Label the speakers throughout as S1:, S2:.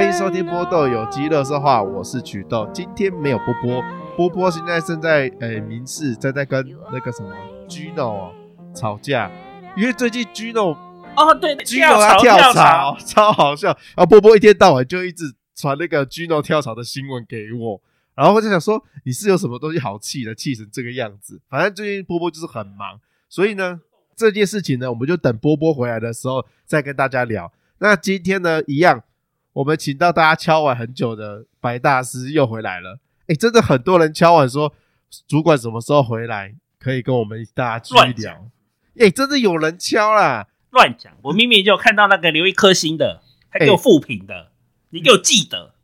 S1: 迎 收听波豆有机乐色话，我是曲豆。今天没有波波，波波现在正在呃民事正在跟那个什么 Gino 哦吵架，因为最近 Gino
S2: 哦，对，
S1: Gino 他跳槽，超好笑。然后波波一天到晚就一直传那个 Gino 跳槽的新闻给我，然后我就想说你是有什么东西好气的，气成这个样子。反正最近波波就是很忙，所以呢这件事情呢，我们就等波波回来的时候再跟大家聊。那今天呢，一样，我们请到大家敲碗很久的白大师又回来了。哎，真的很多人敲碗说主管什么时候回来，可以跟我们大家继续
S2: 乱讲
S1: 聊。哎，真的有人敲啦。
S2: 乱讲！我明明就有看到那个留一颗星的，
S1: 哎
S2: 还给我负评的，你给我记
S1: 嗯
S2: 得。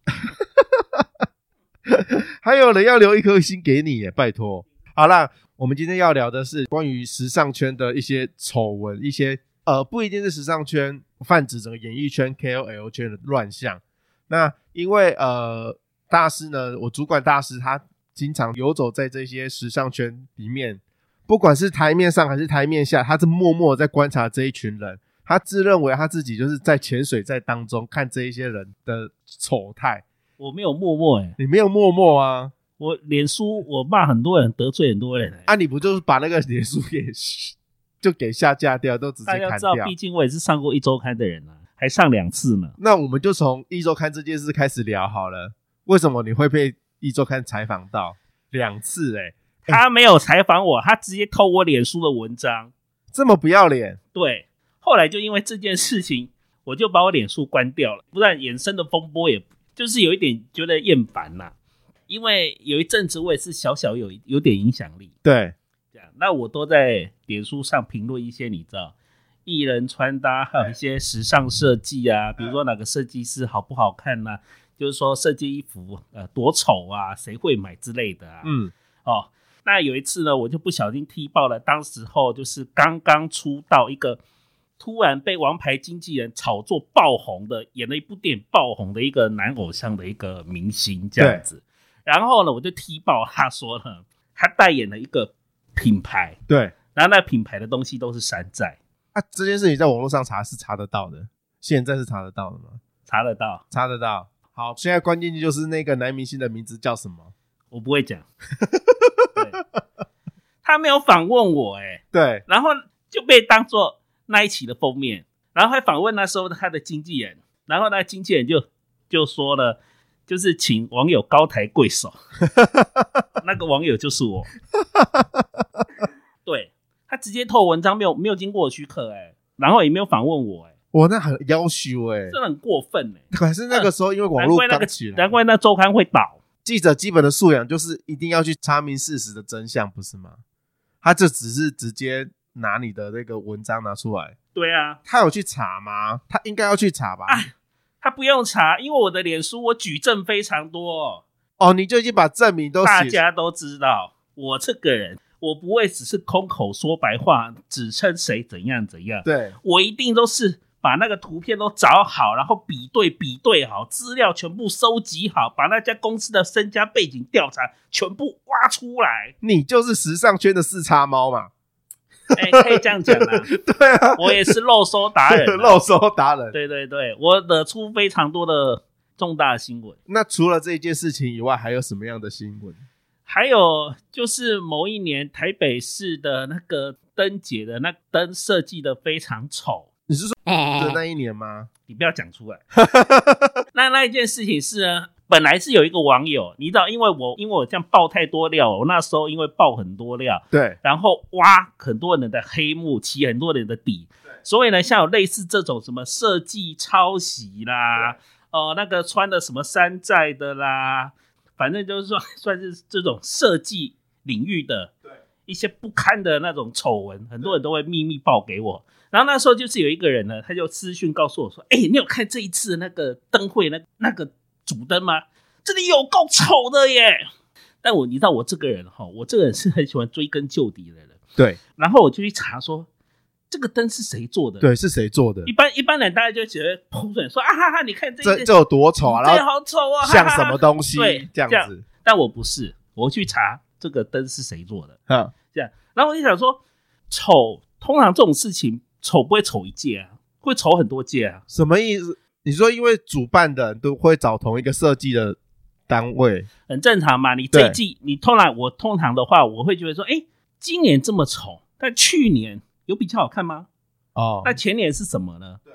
S1: 还有人要留一颗心给你耶，拜托。好啦，我们今天要聊的是关于时尚圈的一些丑闻，一些呃不一定是时尚圈，泛指整个演艺圈、KOL 圈的乱象。那因为呃大师呢，我主管大师他经常游走在这些时尚圈里面，不管是台面上还是台面下，他是默默地在观察这一群人。他自认为他自己就是在潜水在当中看这一些人的丑态，
S2: 我没有默默哎、
S1: 你没有默默啊？
S2: 我脸书我骂很多人，得罪很多人、欸。
S1: 啊，你不就是把那个脸书给 就给下架掉，都直接
S2: 大家
S1: 砍
S2: 知道，
S1: 掉
S2: 毕？竟我也是上过一周刊的人啊，还上两次呢。
S1: 那我们就从一周刊这件事开始聊好了。为什么你会被一周刊采访到两次、欸？哎，
S2: 他没有采访我，他直接偷我脸书的文章。
S1: 这么不要脸！
S2: 对，后来就因为这件事情，我就把我脸书关掉了，不然衍生的风波也就是有一点觉得厌烦啦、因为有一阵子我也是小小有有点影响力，
S1: 对，
S2: 这样，那我都在脸书上评论一些你知道艺人穿搭，还有一些时尚设计啊，比如说哪个设计师好不好看呐、就是说设计衣服呃多丑啊，谁会买之类的啊。
S1: 嗯，
S2: 哦，那有一次呢，我就不小心踢爆了，当时候就是刚刚出道一个，突然被王牌经纪人炒作爆红的，演了一部电影爆红的一个男偶像的一个明星这样子。然后呢，我就踢爆他说呢，他代言了一个品牌，
S1: 对
S2: 然后那品牌的东西都是山寨，
S1: 啊，这件事情在网络上查是查得到的，现在是查得到的吗？
S2: 查得到，
S1: 查得到。好，现在关键就是那个男明星的名字叫什么？
S2: 我不会讲。对他没有访问我、欸，
S1: 对，
S2: 然后就被当做那一期的封面，然后还访问那时候他的经纪人，然后那经纪人就就说了，就是请网友高抬 贵手，那个网友就是我，对他直接透文章没有没有经过我许可哎、然后也没有访问我哎、
S1: 我那很要求哎、
S2: 真的很过分哎、
S1: 可是那个时候因为网
S2: 难
S1: 络
S2: 怪那
S1: 刚
S2: 个
S1: 起来，
S2: 难怪那周刊会倒，
S1: 记者基本的素养就是一定要去查明事实的真相，不是吗？他这只是直接拿你的那个文章拿出来，
S2: 对啊，
S1: 他有去查吗？他应该要去查吧？
S2: 哎他不用查，因为我的脸书我举证非常多、哦。
S1: 哦，你就已经把证明都
S2: 大
S1: 写，
S2: 家都知道，我这个人，我不会只是空口说白话，指称谁怎样怎样，
S1: 对。
S2: 我一定都是把那个图片都找好，然后比对比对好，资料全部收集好，把那家公司的身家背景调查全部挖出来
S1: 你就是时尚圈的四叉猫 嘛？
S2: 哎、可以这样 讲啦，
S1: 对啊，
S2: 我也是漏收达 人啊、
S1: 漏收达人。
S2: 对对对，我惹出非常多的重大新闻。
S1: 那除了这件事情以外，还有什么样的新闻？
S2: 还有就是某一年台北市的那个灯节的那灯设计的非常丑，啊
S1: 就那一年吗？
S2: 你不要讲出来。那那一件事情是呢，本来是有一个网友，你知道，因为我因为我这样爆太多料，我那时候因为爆很多料，
S1: 对，
S2: 然后挖很多人的黑幕，起很多人的底，所以呢，像有类似这种什么设计抄袭啦，哦、那个穿的什么山寨的啦，反正就是说 算是这种设计领域的
S1: 对
S2: 一些不堪的那种丑闻，很多人都会秘密报给我。然后那时候就是有一个人呢，他就私讯告诉我说：“哎、你有看这一次的那个灯会那那个主灯吗？这里有够丑的耶！”但我你知道我这个人哈，我这个人是很喜欢追根究底的人。
S1: 对
S2: 然后我就去查说这个灯是谁做的。，
S1: 对，是谁做的
S2: 一？般一般人大家就觉得泼水说啊哈哈，你看这
S1: 这
S2: 这
S1: 这有多丑啊？
S2: 这
S1: 然后
S2: 好丑啊，哈
S1: 像
S2: 哈
S1: 什么东西
S2: 对
S1: 这样子？
S2: 但我不是，我去查这个灯是谁做的，
S1: 嗯，
S2: 这样。然后我就想说，丑通常这种事情丑不会丑一届啊，会丑很多届啊。
S1: 什么意思？你说因为主办的人都会找同一个设计的单位，
S2: 很正常嘛。你这一
S1: 对
S2: 季，你通常我通常的话，我会觉得说，哎，今年这么丑，但去年有比较好看吗？
S1: 哦
S2: 那前年是什么呢？对。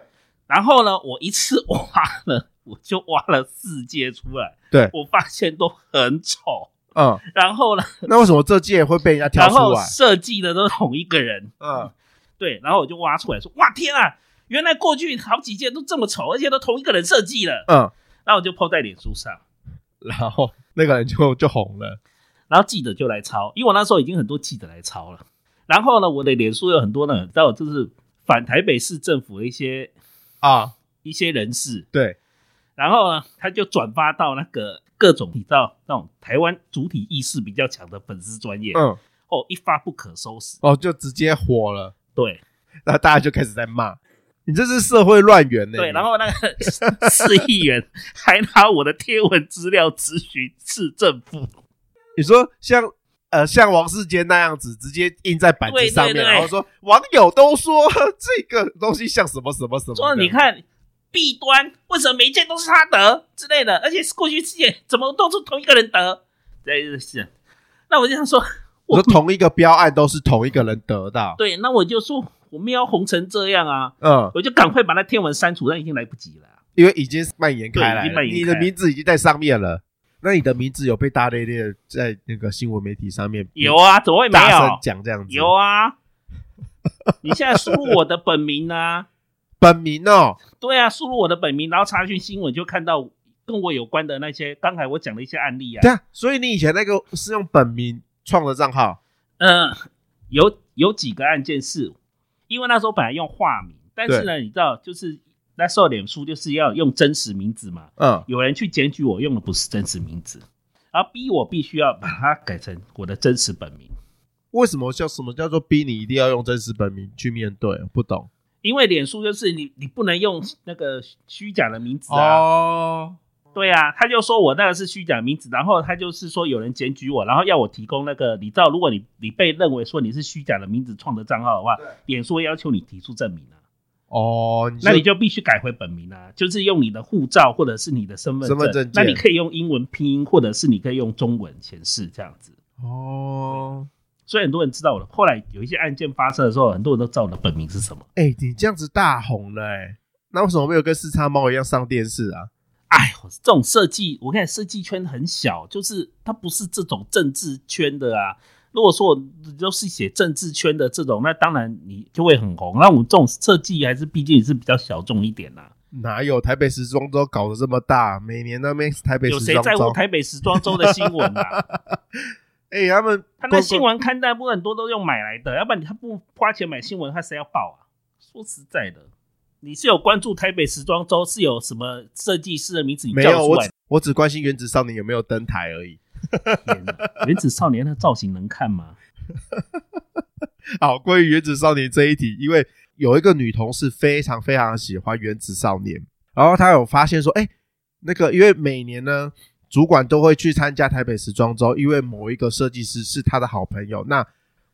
S2: 然后呢，我一次挖了，我就挖了四届出来。
S1: 对
S2: 我发现都很丑。
S1: 嗯，
S2: 然后呢，
S1: 那为什么这届会被人家挑
S2: 然
S1: 出
S2: 后
S1: 来？
S2: 设计的都是同一个人。
S1: 嗯，
S2: 对，然后我就挖出来说，哇，天啊！原来过去好几届都这么丑，而且都同一个人设计了。
S1: 嗯，
S2: 然后我就 po 在脸书上，
S1: 然后那个人就就红了，
S2: 然后记者就来抄，因为我那时候已经很多记者来抄了。然后呢，我的脸书有很多呢，到就是反台北市政府的一些
S1: 啊，
S2: 一些人士，
S1: 对，
S2: 然后呢，他就转发到那个各种你知道那种台湾主体意识比较强的粉丝专业，
S1: 嗯，
S2: 哦，一发不可收拾。
S1: 哦，就直接火了，
S2: 对
S1: 然后大家就开始在骂你这是社会乱源呢、
S2: 对，然后那个 市议员还拿我的贴文资料咨询市政府，
S1: 你说像呃像王世坚那样子，直接印在板子
S2: 对
S1: 上面，
S2: 对对
S1: 然后说网友都说 这个东西像什么什么什么的，
S2: 说你看弊端为什么每一件都是他得之类的，而且过去事件怎么都是同一个人得，对是。那我就想说，
S1: 我说同一个标案都是同一个人得到，
S2: 对，那我就说我们要红成这样啊，
S1: 嗯，
S2: 我就赶快把那天文删除，但已经来不及了啊。
S1: 因为已经蔓延开来
S2: 对已
S1: 了，
S2: 经蔓延
S1: 你
S2: 开
S1: 的
S2: 来
S1: 名字已经在上面了。那你的名字有被大咧咧地在那个新闻媒体上面
S2: 有啊，怎么会没
S1: 大声
S2: 有？
S1: 讲这样子？
S2: 有啊，你现在输入我的本名啊，
S1: 本名哦，
S2: 对啊，输入我的本名，然后查询新闻就看到跟我有关的那些刚才我讲的一些案例啊
S1: 对。啊，所以你以前那个是用本名创的账号
S2: 嗯、有有几个案件是，因为那时候本来用化名，但是呢，你知道，就是那时候脸书就是要用真实名字嘛，
S1: 嗯，
S2: 有人去检举我用的不是真实名字，然后逼我必须要把它改成我的真实本名。
S1: 为什么叫什么叫做逼你一定要用真实本名去面对？我不懂
S2: 因为脸书就是你，你不能用那个虚假的名字啊，
S1: 哦，
S2: 对啊，他就说我那个是虚假名字，然后他就是说有人检举我，然后要我提供那个，你知道，如果你你被认为说你是虚假的名字创的账号的话，脸书会要求你提出证明啊，
S1: 哦，
S2: 那你就必须改回本名啊，就是用你的护照或者是你的身份
S1: 身份证件
S2: 那你可以用英文拼音，或者是你可以用中文显示这样子。
S1: 哦，
S2: 所以很多人知道我的，后来有一些案件发生的时候，很多人都知道我的本名是什么。
S1: 哎、你这样子大红了、哎，那为什么没有跟四叉猫一样上电视啊？
S2: 哎，我这种设计，我看设计圈很小，就是它不是这种政治圈的啊。如果说我都是写政治圈的这种，那当然你就会很红。那我们这种设计还是毕竟也是比较小众一点啦、
S1: 哪有台北时装周搞得这么大？每年那边台北
S2: 有
S1: 时
S2: 谁
S1: 装
S2: 在乎
S1: 周，
S2: 台北时装周的新 闻啊？
S1: 哎、他们
S2: 他那
S1: 光
S2: 新闻刊登部很多都用买来的，要不然他不花钱买新闻，他谁要报啊？说实在的，你是有关注台北时装周是有什么设计师的名字你
S1: 没
S2: 叫得
S1: 有
S2: 出
S1: 我
S2: 来
S1: 只？我只关心原子少年有没有登台而已，
S2: 天哪 啊原子少年的造型能看吗？
S1: 好，关于原子少年这一题，因为有一个女同事非常非常喜欢原子少年，然后她有发现说，哎、那个因为每年呢，主管都会去参加台北时装周，因为某一个设计师是他的好朋友，那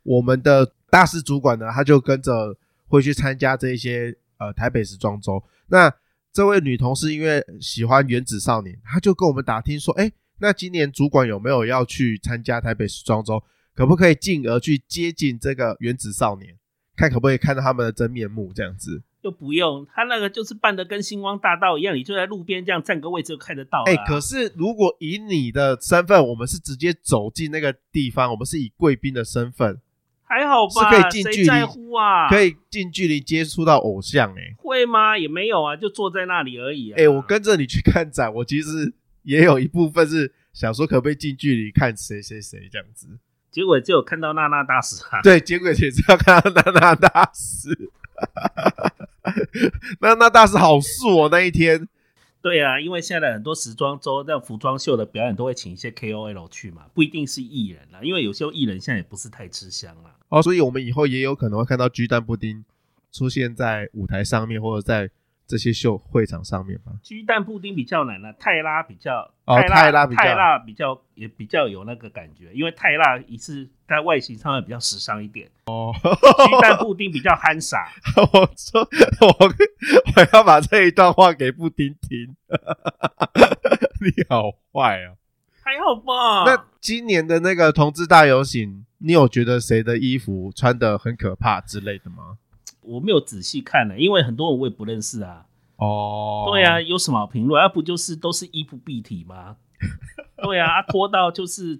S1: 我们的大师主管呢，他就跟着会去参加这些呃台北时装周。那这位女同事因为喜欢原子少年，她就跟我们打听说，哎、那今年主管有没有要去参加台北时装周？可不可以进而去接近这个原子少年，看可不可以看到他们的真面目这样子？
S2: 又不用，他那个就是办的跟星光大道一样，你就在路边这样占个位置就看得到了
S1: 哎、
S2: 啊、
S1: 可是如果以你的身份，我们是直接走进那个地方，我们是以贵宾的身份，
S2: 还好吧？
S1: 是可以近距离
S2: 谁在乎啊？
S1: 可以近距离接触到偶像、欸。
S2: 会吗？也没有啊，就坐在那里而已、啊。
S1: 哎、我跟着你去看展，我其实也有一部分是想说可不可以近距离看谁谁谁这样子。
S2: 结果就有看到娜娜大师啊，
S1: 对，结果也是要看到娜娜大师。 娜娜大师好素哦，那一天。
S2: 对啊，因为现在很多时装周、那服装秀的表演都会请一些 KOL 去嘛，不一定是艺人啦，因为有些艺人现在也不是太吃香啊啦。
S1: 哦，所以我们以后也有可能会看到鸡蛋布丁出现在舞台上面，或者在这些秀会场上面吗？
S2: 鸡蛋布丁比较难了、泰拉比较，
S1: 哦泰拉比较
S2: 泰拉比较也比较有那个感觉，因为泰拉一次在外形上面比较时尚一点，
S1: 哦，
S2: 鸡蛋布丁比较憨傻，
S1: 我说我我要把这一段话给布丁听， 你好坏哦。
S2: 还好吧？
S1: 那今年的那个同志大游行，你有觉得谁的衣服穿的很可怕之类的吗？
S2: 我没有仔细看了，因为很多人我也不认识啊。
S1: 哦
S2: 对啊，，有什么好评论？要、不就是都是衣不蔽体吗？对啊，啊拖到就是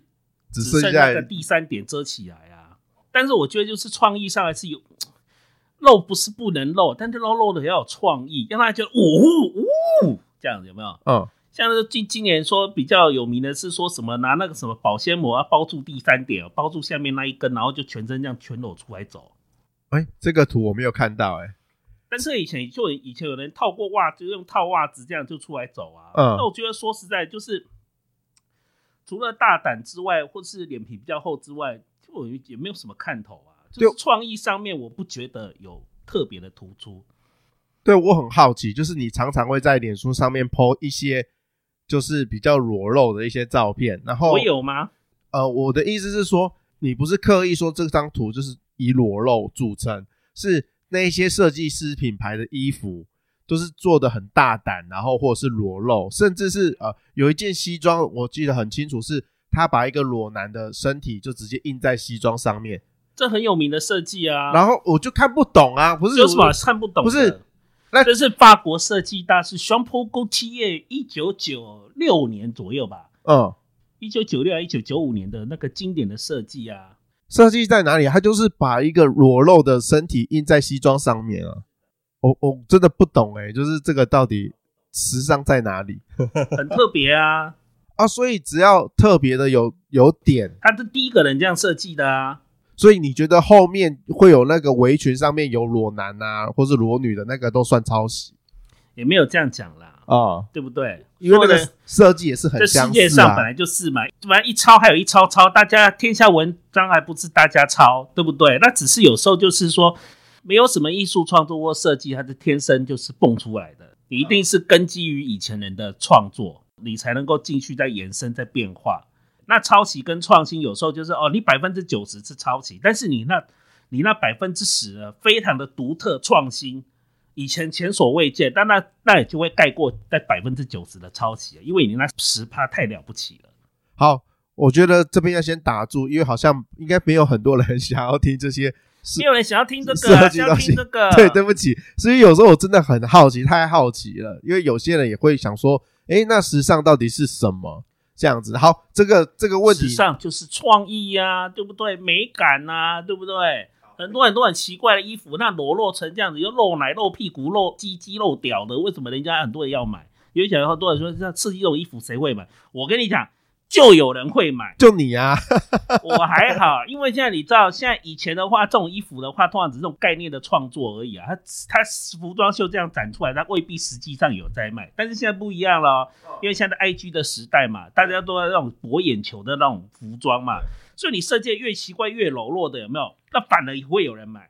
S1: 只
S2: 剩
S1: 剩
S2: 那
S1: 下
S2: 个第三点遮起来啊。但是我觉得就是创意上还是有漏，不是不能漏，但是漏漏的要有创意，让大家觉得呜呜这样子有没有？
S1: 嗯，
S2: 像是今今年说比较有名的是说什么拿那个什么保鲜膜啊包住第三点，包住下面那一根，然后就全身这样全裸出来走。
S1: 哎，这个图我没有看到，哎，
S2: 但是以前就有以前有人套过袜子，就用套袜子这样就出来走啊。
S1: 嗯
S2: 那我觉得说实在，就是除了大胆之外，或是脸皮比较厚之外，就我也没有什么看头啊。就
S1: 对
S2: 是创意上面，我不觉得有特别的突出。
S1: 对我很好奇，就是你常常会在脸书上面 po 一些就是比较裸露的一些照片，然后
S2: 我有吗？
S1: 呃，我的意思是说，你不是刻意说这张图就是以裸露著称，是那一些设计师品牌的衣服都是做的很大胆，然后或者是裸露，甚至是呃有一件西装，我记得很清楚，是他把一个裸男的身体就直接印在西装上面，
S2: 这很有名的设计啊。
S1: 然后我就看不懂啊，不是
S2: 有什么看不懂
S1: 不
S2: 的？
S1: 是那
S2: 这是法国设计大师 Jean Paul Gaultier 一九九六年左右吧，
S1: 嗯，
S2: 一九九六一九九五年的那个经典的设计啊。
S1: 设计在哪里？他就是把一个裸露的身体印在西装上面啊，我我真的不懂哎、就是这个到底时尚在哪里？
S2: 很特别啊，
S1: 啊，所以只要特别的有有点，
S2: 他是第一个人啊这样设计的啊。
S1: 所以你觉得后面会有那个围裙上面有裸男啊，或是裸女的那个都算抄袭
S2: 也没有这样讲啦，
S1: 啊、
S2: 对不对？
S1: 因为那
S2: 说
S1: 个
S2: 呢
S1: 设计也是
S2: 这
S1: 很
S2: 世
S1: 相
S2: 界
S1: 似
S2: 上本
S1: 啊。
S2: 来就是嘛，反正一抄还有一抄抄，大家天下文章还不是大家抄，对不对？那只是有时候就是说，没有什么艺术创作或设计，它是天生就是蹦出来的，你一定是根基于以前人的创作，你才能够进去再延伸再变化。那抄袭跟创新有时候就是哦，你百分之九十是抄袭，但是你那你那百分之十呢，非常的独特创新，以前前所未见，但那那也就会盖过在百分之九十的抄袭了，因为你那十趴太了不起了。
S1: 好，我觉得这边要先打住，因为好像应该没有很多人想要听这些。是
S2: 没有人想要听这个、啊，
S1: 设计
S2: 想要听这个，
S1: 对，对不起，所以有时候我真的很好奇，太好奇了，因为有些人也会想说，诶，那时尚到底是什么？这样子。好，这个这个问题
S2: 时，尚就是创意呀、对不对？美感啊，对不对？很多很多很奇怪的衣服，那裸露成这样子，又露奶、露屁股、露鸡鸡、露屌的，为什么人家很多人要买？有想很多人说，像刺激这种衣服谁会买？我跟你讲，就有人会买。
S1: 就你啊，
S2: 我还好，因为现在你知道，现在以前的话，这种衣服的话，通常只是这种概念的创作而已啊。它它服装秀这样展出来，它未必实际上有在卖。但是现在不一样了哦，因为现在 I G 的时代嘛，大家都在那种博眼球的那种服装嘛，所以你设计得越奇怪、越柔弱的，有没有？那反而会有人买。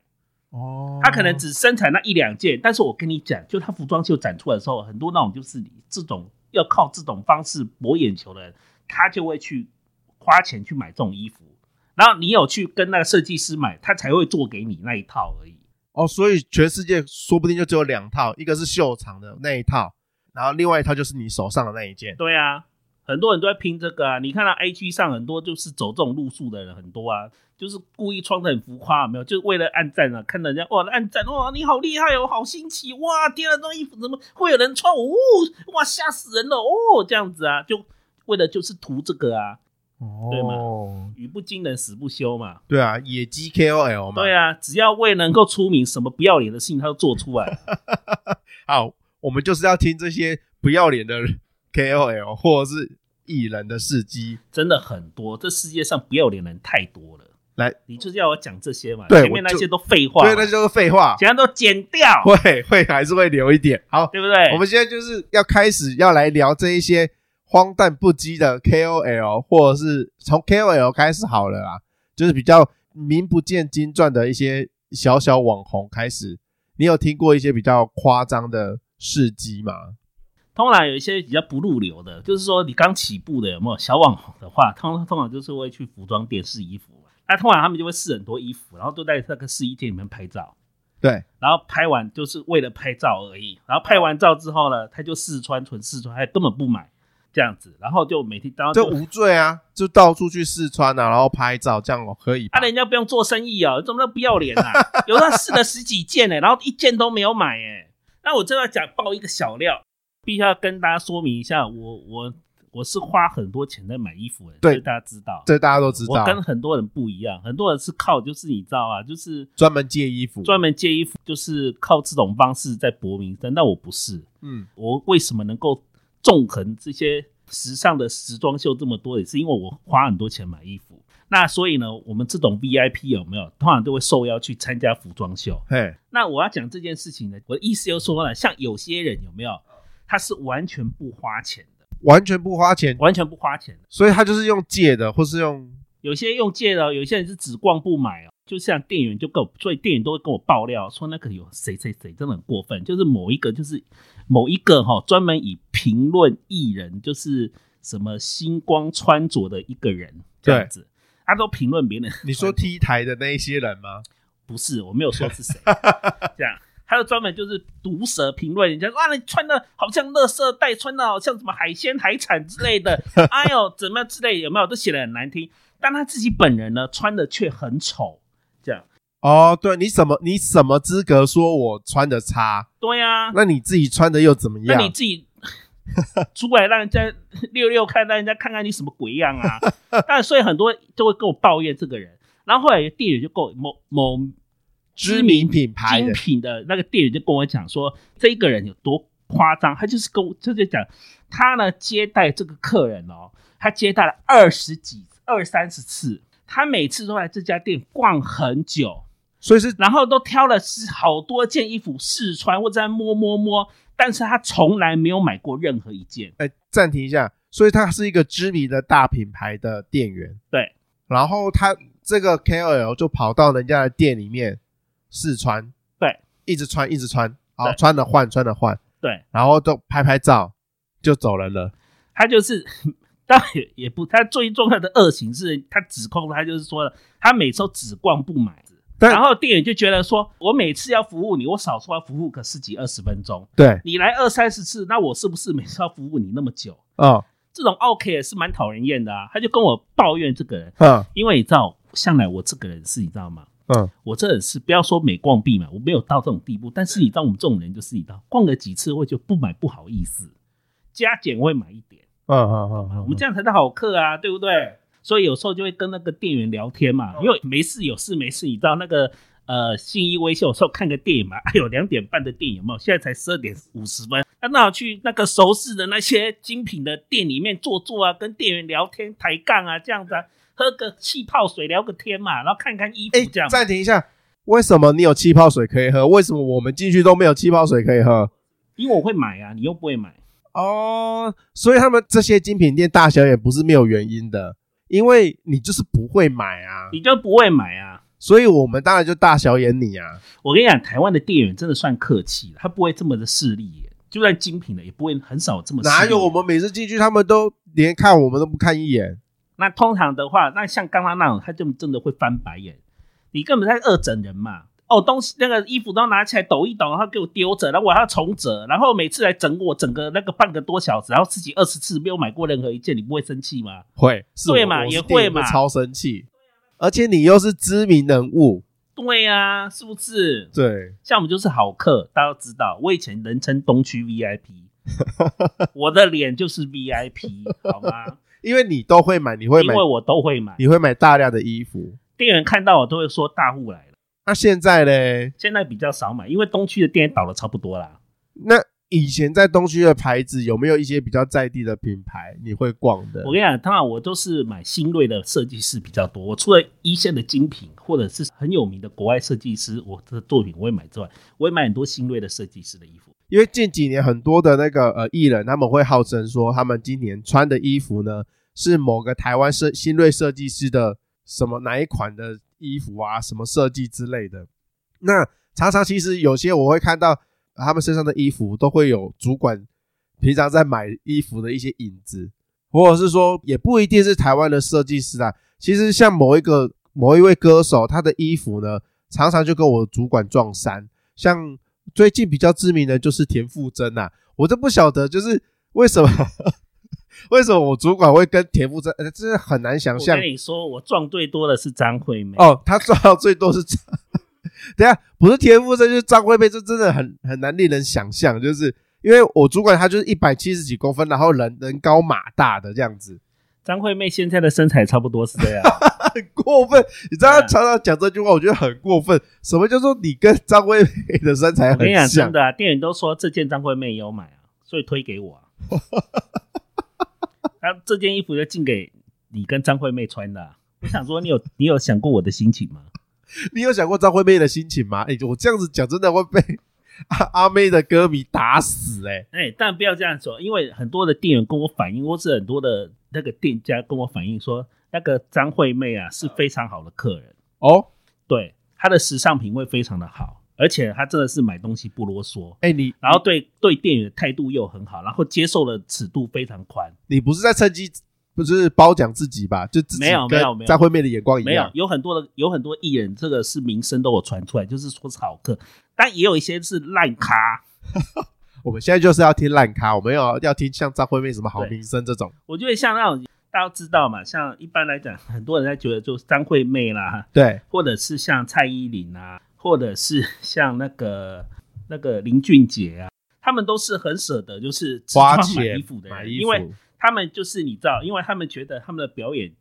S1: 哦
S2: 他可能只生产那一两件，但是我跟你讲，就他服装秀展出来的时候，很多那种就是这种要靠这种方式博眼球的人，他就会去花钱去买这种衣服。然后你有去跟那个设计师买，他才会做给你那一套而已。
S1: 哦，所以全世界说不定就只有两套，一个是秀场的那一套，然后另外一套就是你手上的那一件。
S2: 对啊，很多人都在拼这个啊。你看到 A 区上很多就是走这种路数的人很多啊，就是故意穿的很浮夸，有没有？就是为了暗赞啊，看人家哇暗赞哇，你好厉害哦，好新奇哇！天啊，这种衣服怎么会有人穿？哦，哇，吓死人了哦，这样子啊，就为了就是图这个啊，对
S1: 哦，
S2: 语不惊人死不休嘛。
S1: 对啊，野鸡 KOL 嘛。
S2: 对
S1: 啊。
S2: 啊，只要为能够出名，什么不要脸的事情他都做出来。
S1: 好，我们就是要听这些不要脸的 KOL 或者是艺人的事迹。
S2: 真的很多，这世界上不要脸的人太多了。
S1: 来，
S2: 你就是要我讲这些嘛，
S1: 对
S2: 前面
S1: 我
S2: 那
S1: 就
S2: 些都废话嘛，
S1: 对，那就是废话，
S2: 其他都剪掉，
S1: 会会还是会留一点。好，
S2: 对不对？
S1: 我们现在就是要开始要来聊这一些荒诞不羁的 KOL，或者是从 KOL 开始好了啦，就是比较名不见经传的一些小小网红开始。你有听过一些比较夸张的事迹嘛。
S2: 通常有一些比较不入流的，就是说你刚起步的有没有小网红的话，通通常就是会去服装店试衣服嘛，那通常他们就会试很多衣服，然后都在那个试衣店里面拍照，
S1: 对，
S2: 然后拍完就是为了拍照而已，然后拍完照之后呢，他就试穿纯试穿，他根本不买这样子，然后就每天当
S1: 这
S2: 就
S1: 无罪啊，就到处去试穿啊，然后拍照，这样我可以吧
S2: 啊，人家不用做生意哦，你怎么那么不要脸啊？ 有的试了十几件呢、然后一件都没有买哎、那我这要讲爆一个小料，必须要跟大家说明一下，我我我是花很多钱在买衣服的，
S1: 对
S2: 这大家知道。
S1: 这大家都知道
S2: 我，跟很多人不一样，很多人是靠就是你知道啊，就是
S1: 专门借衣服，
S2: 专门借衣服，就是靠这种方式在搏名声。但我不是，
S1: 嗯，
S2: 我为什么能够纵横这些时尚的时装秀这么多，也是因为我花很多钱买衣服。那所以呢，我们这种 VIP 有没有，通常都会受邀去参加服装秀。
S1: 嘿，
S2: 那我要讲这件事情呢，我的意思就是说呢，像有些人有没有，他是完全不花钱的，
S1: 完全不花钱，
S2: 完全不花钱的。
S1: 所以他就是用借的，或是用
S2: 有些用借的，有些人是只逛不买哦。就像店员就跟我，所以店员都会跟我爆料说，那个有谁谁谁真的很过分，就是某一个就是某一个哈、专门以评论艺人就是什么星光穿着的一个人这样子，他都评论别人。
S1: 你说 T 台的那一些人吗？
S2: 不是，我没有说是谁，这样。他就专门就是毒舌评论人家，哇，你穿的好像垃圾袋，穿的好像什么海鲜海产之类的，哎呦，怎么样之类的，有没有？都写的很难听，但他自己本人呢，穿的却很丑，这样。
S1: 哦，对你什么你什么资格说我穿的差？
S2: 对呀、
S1: 那你自己穿的又怎么
S2: 那你
S1: 样？
S2: 自己出来让人家溜溜看，让人家看看你什么鬼样啊！但所以很多就会跟我抱怨这个人，然后后来店员就跟我某某
S1: 知名品牌
S2: 精
S1: 的，
S2: 品的那个店员就跟我讲说，这个人有多夸张，他就是跟我他就讲，他呢接待这个客人哦，他接待了二十几、二三十次，他每次都来这家店逛很久，
S1: 所以是
S2: 然后都挑了是好多件衣服试穿或者在摸摸摸，但是他从来没有买过任何一件。
S1: 哎，暂停一下，所以他是一个知名的大品牌的店员，
S2: 对，
S1: 然后他这个 KOL 就跑到人家的店里面试穿，
S2: 对，
S1: 一直穿一直穿，好
S2: 对
S1: 穿了换穿了换，
S2: 对
S1: 然后都拍拍照就走人了，
S2: 他就是，当然也也不，他最重要的恶行是他指控他就是说了，他每次都只逛不买。
S1: 但
S2: 然后店员就觉得说，我每次要服务你，我少说要服务个十几二十分钟，
S1: 对，
S2: 你来二三十次，那我是不是每次要服务你那么久？
S1: 哦，
S2: 这种 OK 也是蛮讨人厌的啊。他就跟我抱怨这个人，
S1: 嗯
S2: 因为你知道，向来我这个人是，你知道吗？
S1: 嗯，
S2: 我这人是不要说每逛必买，我没有到这种地步。但是你知道，我们这种人就是你知道，逛了几次会就不买不好意思，加减会买一点，
S1: 嗯嗯嗯，
S2: 我们这样才是好客啊，对不对？所以有时候就会跟那个店员聊天嘛，
S1: 哦
S2: 因为没事有事没事，你知道那个呃信义微秀有时候看个电影嘛， 哎呦两点半的电影有没有？现在才十二点五十分，那那我去那个熟识的那些精品的店里面坐坐啊，跟店员聊天抬杠啊，这样子啊，喝个气泡水聊个天嘛，然后看看衣服
S1: 哎
S2: 这样，。
S1: 暂停一下，为什么你有气泡水可以喝？为什么我们进去都没有气泡水可以喝？
S2: 因为我会买啊，你又不会买。
S1: 哦，所以他们这些精品店大小也不是没有原因的，因为你就是不会买啊，
S2: 你就不会买啊。
S1: 所以我们当然就大小眼你啊。
S2: 我跟你讲，台湾的店员真的算客气了，他不会这么的势利耶，就算精品的也不会很少这么势利
S1: 哪有我们每次进去，他们都连看我们都不看一眼？
S2: 那通常的话，那像刚刚那种，他就真的会翻白眼，你根本在恶整人嘛。哦，东西那个衣服都拿起来抖一抖，然后给我丢着，然后我还要重折，然后每次来整我整个那个半个多小时，然后自己二十次没有买过任何一件，你不会生气 吗？
S1: 会，是我
S2: 对嘛
S1: 我
S2: 也
S1: 是店员
S2: 会嘛
S1: 超生气。而且你又是知名人物，
S2: 对呀、是不是？
S1: 对，
S2: 像我们就是好客，大家都知道，我以前人称东区 VIP，我的脸就是 VIP，好吗？
S1: 因为你都会买，你会
S2: 因
S1: 买
S2: 为，我都会买，
S1: 你会买大量的衣服。
S2: 店员看到我都会说大户来了。
S1: 那现在嘞，
S2: 现在比较少买，因为东区的店也倒了差不多啦。
S1: 那以前在东区的牌子有没有一些比较在地的品牌你会逛的
S2: 我？跟你讲，当然我都是买新锐的设计师比较多。我除了一线的精品或者是很有名的国外设计师，我的作品我会买之外，我会买很多新锐的设计师的衣服。
S1: 因为近几年很多的那个呃艺人，他们会号称说他们今年穿的衣服呢是某个台湾设新锐设计师的什么哪一款的衣服啊，什么设计之类的。那常常其实有些我会看到他们身上的衣服都会有主管平常在买衣服的一些影子，或者是说也不一定是台湾的设计师啊。其实像某一个某一位歌手，他的衣服呢，常常就跟我主管撞衫。像最近比较知名的就是田馥甄呐，我都不晓得就是为什么 为什么我主管会跟田馥甄，呃，真的很难想
S2: 我
S1: 象
S2: 跟。你说，我撞最多的是张惠妹。
S1: 哦，他撞到最多是张，等一下不是田馥甄就是张惠妹，这真的很很难令人想象，就是因为我主管他就是一百七十几公分，然后人人高马大的这样子，
S2: 张惠妹现在的身材差不多是这样，
S1: 很过分。你知道他
S2: 嗯
S1: 常常讲这句话，我觉得很过分。什么叫做你跟张惠妹的身材
S2: 我跟你讲
S1: 很
S2: 真
S1: 像？
S2: 的啊，店员都说这件张惠妹也有买啊，所以推给我 啊。那、这件衣服就进给你跟张惠妹穿的啊、我想说，你有你有想过我的心情吗？
S1: 你有想过张惠妹的心情吗？哎、我这样子讲真的会被阿阿妹的歌迷打死哎、
S2: 哎、但不要这样说，因为很多的店员跟我反映，或是很多的那个店家跟我反映说，那个张惠妹啊
S1: 嗯
S2: 是非常好的客人，
S1: 哦，
S2: 对她的时尚品味非常的好，而且她真的是买东西不啰嗦，
S1: 哎、你
S2: 然后对对店员的态度又很好，然后接受的尺度非常宽。
S1: 你不是在趁机不是褒奖自己吧？就自己
S2: 没有
S1: 跟
S2: 没有没有
S1: 张惠妹的眼光一
S2: 没有
S1: 样，。
S2: 有很多的有很多艺人，这个是名声都有传出来，就是说是好客，但也有一些是烂咖。
S1: 我们现在就是要听烂咖，我们要要听像张惠妹什么好名声这种。
S2: 我觉得像那种大家都知道嘛，像一般来讲，很多人在觉得就是张惠妹啦，
S1: 对，
S2: 或者是像蔡依林啊，或者是 像那个那个林俊杰啊，他们都是很舍得就是只
S1: 花
S2: 穿买
S1: 钱
S2: 衣服的
S1: 买
S2: 人，
S1: 衣服
S2: 因为他们就是你知道，因为他们觉得他们的表演，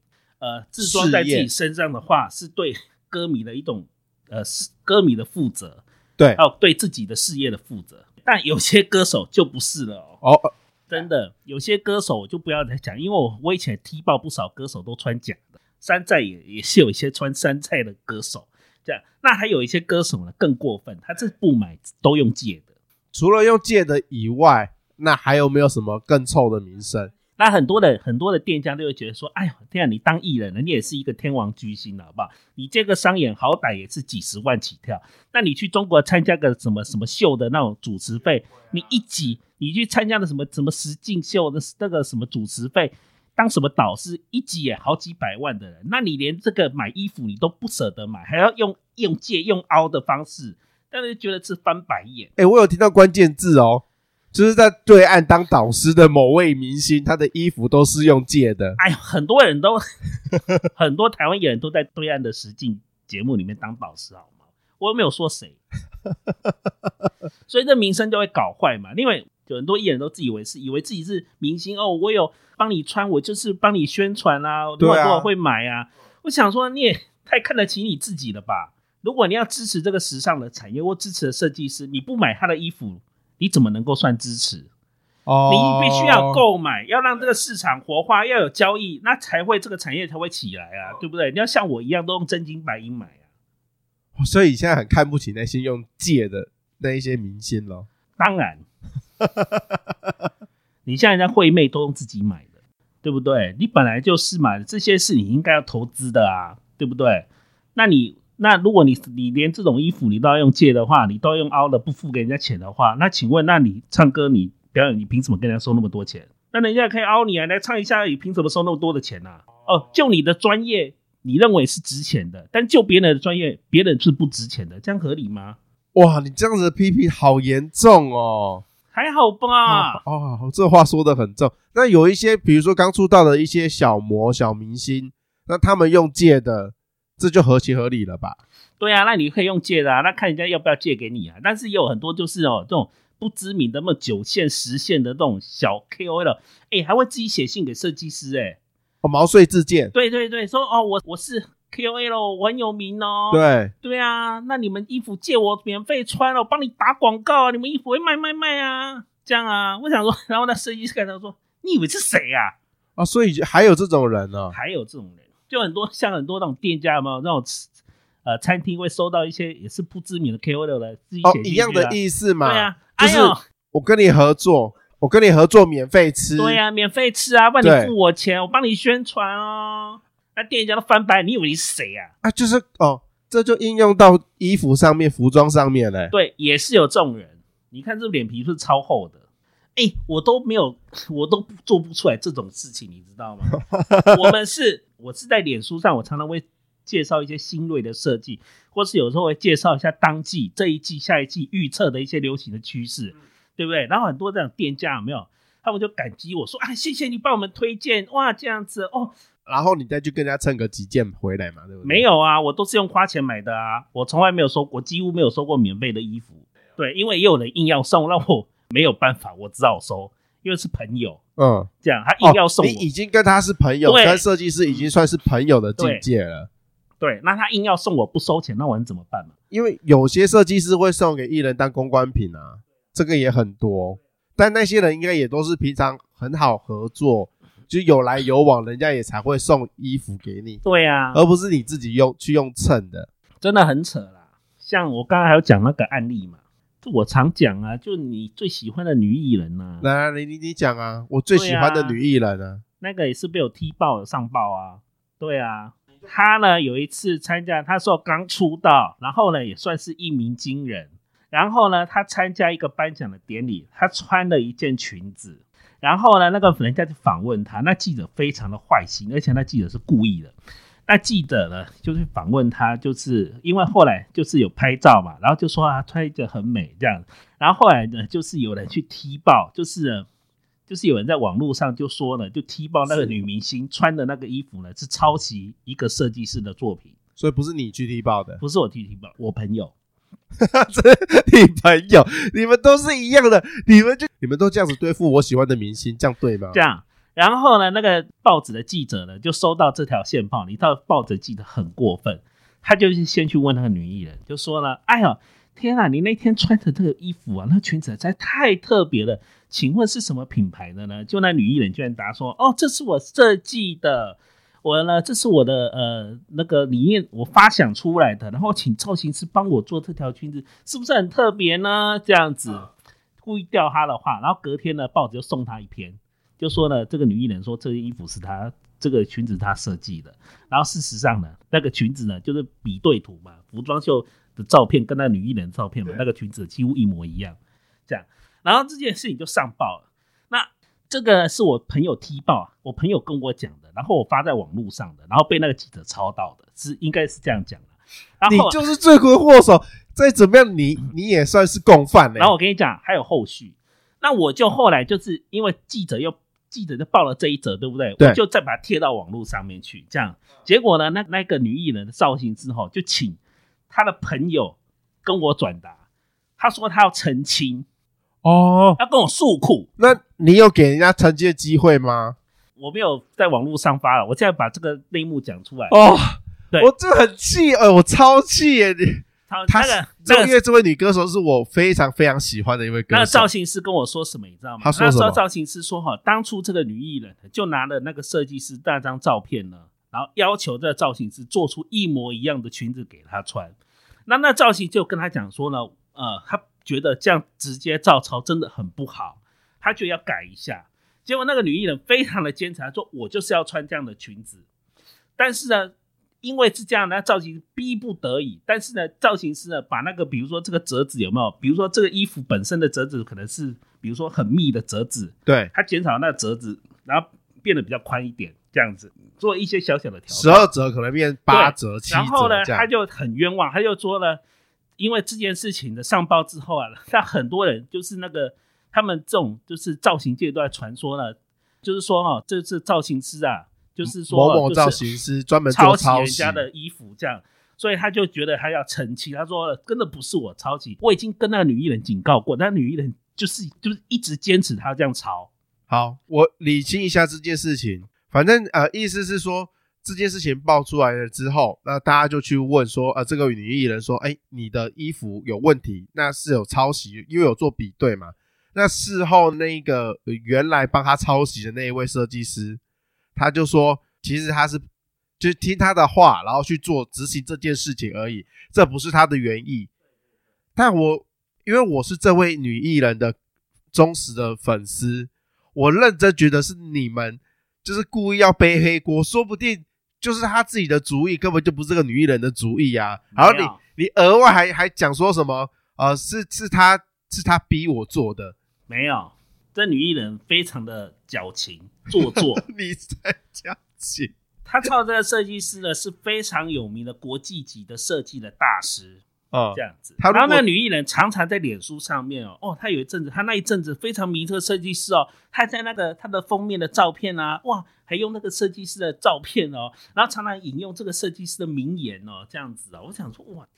S2: 呃，自装在自
S1: 事
S2: 己
S1: 业
S2: 身上的话，是对歌迷的一种呃是歌迷的负责，
S1: 对
S2: 还有对自己的事业的负责。但有些歌手就不是了哦，
S1: 哦，呃
S2: 真的，有些歌手我就不要再讲，因为我我以前踢爆不少歌手都穿假的，山寨也也是有一些穿山寨的歌手，这样。那还有一些歌手呢更过分，他这不买都用借的。
S1: 除了用借的以外，那还有没有什么更臭的名声？
S2: 那很多的很多的店家都会觉得说，哎呦，天啊，你当艺人了，你也是一个天王巨星了，好不好？你这个商演好歹也是几十万起跳，那你去中国参加个什么什么秀的那种主持费，你一集你去参加的什么什么实境秀的那个什么主持费，当什么导师一集也好几百万的人，那你连这个买衣服你都不舍得买，还要用用借用凹的方式，让人觉得是翻白眼。
S1: 哎、我有听到关键字哦，就是在对岸当导师的某位明星，他的衣服都是用借的。
S2: 哎，很多人都， 很多台湾艺人都在对岸的实境节目里面当导师，好吗？我又没有说 谁，所以这名声就会搞坏嘛。因为有很多艺人都自以为是，以为自己是明星哦，我有帮你穿，我就是帮你宣传啊，如果
S1: 对啊
S2: 我会买啊。我想说，你也太看得起你自己了吧？如果你要支持这个时尚的产业或支持的设计师，你不买他的衣服，你怎么能够算支持？
S1: 哦，
S2: 你必须要。购买，要让这个市场活化，要有交易，那才会这个产业才会起来啊，对不对？你要像我一样都用真金白银买啊。
S1: 所以现在很看不起那些用借的那一些明星咯。
S2: 当然， 你像人家惠妹都用自己买的，对不对？你本来就是嘛，这些是你应该要投资的啊，对不对？那你那如果你你连这种衣服你都要用借的话，你都要用凹的，不付给人家钱的话，那请问，那你唱歌你表演你凭什么跟人家收那么多钱？那人家可以凹你啊，来唱一下，你凭什么收那么多的钱啊？哦，就你的专业你认为是值钱的，但就别人的专业，别人是不值钱的，这样合理吗？
S1: 哇，你这样子的批评好严重哦！
S2: 还好吧。
S1: 哦，哦这话说的很重。那有一些，比如说刚出道的一些小模、小明星，那他们用借的，这就合情合理了吧？
S2: 对啊，那你可以用借的啊，那看人家要不要借给你啊。但是也有很多就是哦，这种不知名的、那么九线、十线的这种小 KOL，哎，还会自己写信给设计师，哎，
S1: 哦，毛遂自荐，
S2: 对对对，说哦，我我是 KOL，我很有名哦。
S1: 对，
S2: 对啊，那你们衣服借我免费穿了，我帮你打广告啊，你们衣服会卖卖卖啊，这样啊。我想说，然后那设计师看到说，你以为是谁啊？
S1: 啊，所以还有这种人哦呢、
S2: 还有这种人，就很多像很多那种店家有没有那种吃呃餐厅会收到一些也是不知名的 KOL 的自己
S1: 哦
S2: 写，进
S1: 一
S2: 去
S1: 样的
S2: 啊
S1: 意思嘛。
S2: 对呀、
S1: 就
S2: 哎
S1: 是
S2: 呦，
S1: 我跟你合作，我跟你合作免费吃，
S2: 对呀、免费吃啊，不然
S1: 对
S2: 你付我钱，我帮你宣传哦。那店家都翻白，你以为你是谁呀、
S1: 啊，就是哦，这就应用到衣服上面、服装上面嘞。
S2: 对，也是有这种人，你看这脸皮是超厚的。哎、我都没有， 我都做不出来这种事情，你知道吗？我们是，我是在脸书上，我常常会介绍一些新锐的设计，或是有时候会介绍一下当季、这一季、下一季预测的一些流行的趋势，对不对？然后很多这种店家有没有？他们就感激我说啊，谢谢你帮我们推荐哇，这样子哦，
S1: 然后你再去跟人家蹭个几件回来嘛，对不对？
S2: 没有啊，我都是用花钱买的啊，我从来没有收，我几乎没有收过免费的衣服。对，因为也有人硬要送，让我没有办法，我只好收，因为是朋友
S1: 嗯，
S2: 这样，他硬要送
S1: 哦
S2: 我。
S1: 你已经跟他是朋友，
S2: 对
S1: 跟设计师已经算是朋友的境界了。
S2: 对，那他硬要送我不收钱，那我能怎么办嘛？
S1: 因为有些设计师会送给艺人当公关品啊，这个也很多。但那些人应该也都是平常很好合作，就有来有往，人家也才会送衣服给你，
S2: 对啊，
S1: 而不是你自己用去用蹭的。
S2: 真的很扯啦。像我刚才还有讲那个案例嘛，就我常讲啊，就你最喜欢的女艺人呐、啊，
S1: 来来，你你你讲啊，我最喜欢的女艺人啊，
S2: 那个也是被我踢爆了上报啊。对啊，她呢有一次参加，她说刚出道，然后呢也算是一鸣惊人。然后呢，她参加一个颁奖的典礼，她穿了一件裙子。然后呢，那个人家就访问她，那记者非常的坏心，而且那记者是故意的。那记者呢，就是访问她，就是因为后来就是有拍照嘛，然后就说啊，穿着很美这样。然后后来呢，就是有人去踢爆，就是呢就是有人在网络上就说呢，就踢爆那个女明星穿的那个衣服呢，是抄袭一个设计师的作品，
S1: 所以不是你去踢爆的，
S2: 不是我踢踢爆，我朋友。
S1: 这
S2: 啊
S1: 是 你朋友，你们都是一样的，你们就你们都这样子对付我喜欢的明星，这样对吗
S2: 这？样。然后呢，那个报纸的记者呢，就收到这条线报，你知道报纸记者很过分，他就是先去问那个女艺人，就说了：“哎呦，天啊，你那天穿的这个衣服啊，那裙子实在太特别了，请问是什么品牌的呢？”就那女艺人居然答说：“哦，这是我设计的。”我呢，这是我的呃那个理念，我发想出来的，然后请造型师帮我做这条裙子，是不是很特别呢？这样子故意钓他的话，然后隔天呢，报纸就送他一篇，就说呢，这个女艺人说这件衣服是她，这个裙子她设计的。然后事实上呢，那个裙子呢，就是比对图嘛，服装秀的照片跟那女艺人的照片嘛，那个裙子几乎一模一样，这样。然后这件事情就上报了。那这个是我朋友踢爆啊，我朋友跟我讲的，然后我发在网络上的，然后被那个记者抄到的，是应该是这样讲的。然
S1: 你
S2: 后
S1: 就是罪魁祸首，再怎么样你你也算是共犯欸嘞、
S2: 然后我跟你讲，还有后续。那我就后来就是因为记者又记者就报了这一则，对不对？
S1: 对
S2: 我就再把它贴到网络上面去，这样。结果呢，那那个女艺人的造型之后，就请她的朋友跟我转达，她说她要澄清，
S1: 哦，
S2: 要跟我诉苦。
S1: 那你有给人家澄清的机会吗？
S2: 我没有在网络上发了，我现在把这个内幕讲出来。
S1: 哦，
S2: 对
S1: 我真的很气，呃，我超气耶！你
S2: 她
S1: 她
S2: 那个
S1: 这
S2: 那
S1: 个
S2: 个
S1: 因为这位女歌手是我非常非常喜欢的一位
S2: 那
S1: 歌
S2: 个
S1: 手
S2: 造，型师跟我说什么，你知道吗？
S1: 他说
S2: 那
S1: 什
S2: 时候
S1: 么
S2: 造型师说哈，当初这个女艺人就拿了那个设计师那张照片呢，然后要求这个造型师做出一模一样的裙子给她穿。那那造型就跟他讲说呢，呃，他觉得这样直接照抄真的很不好，他就要改一下。结果那个女艺人非常的坚持，她说我就是要穿这样的裙子。但是呢，因为是这样，那造型师逼不得已。但是呢，造型师呢，把那个比如说这个折子有没有？比如说这个衣服本身的折子可能是，比如说很密的折子，
S1: 对，
S2: 他减少那折子，然后变得比较宽一点，这样子做一些小小的调整
S1: 十。二折可能变八折、七折
S2: 然后呢，
S1: 啊这
S2: 他
S1: 样。
S2: 就很冤枉，他就说了，因为这件事情的上报之后啊，那很多人就是那个他们这种就是造型界都在传说呢，就是说哦，这次造型师啊，就是说
S1: 某
S2: 哦
S1: 某
S2: 就是
S1: 造型师专门做
S2: 抄袭人
S1: 抄袭
S2: 家，的衣服这样。所以他就觉得他要澄清，他说真的不是我抄袭，我已经跟那个女艺人警告过，但女艺人就是就是一直坚持她这样抄，
S1: 好，我理清一下这件事情。反正呃，意思是说这件事情爆出来了之后，那大家就去问说，呃，这个女艺人说，哎、你的衣服有问题，那是有抄袭，因为有做比对嘛。那事后那个呃原来帮她抄袭的那一位设计师，他就说，其实他是就是听他的话，然后去做执行这件事情而已，这不是他的原意。但我因为我是这位女艺人的忠实的粉丝，我认真觉得是你们就是故意要背黑锅，说不定就是他自己的主意，根本就不是这个女艺人的主意啊。然后
S2: 没有
S1: 你你额外还还讲说什么呃是是他是他逼我做的。
S2: 没有，这女艺人非常的矫情做作。
S1: 你在讲起
S2: 她创这个设计师呢是非常有名的国际级的设计的大师，
S1: 啊
S2: 这？样子。
S1: 她如
S2: 然后那
S1: 果
S2: 个女艺人常常在脸书上面哦，哦，她有一阵子，她那一阵子非常迷这个设计师哦，她在那个她的封面的照片啊，哇，还用那个设计师的照片哦，然后常常引用这个设计师的名言哦，这样子啊、哦，我想说 哇，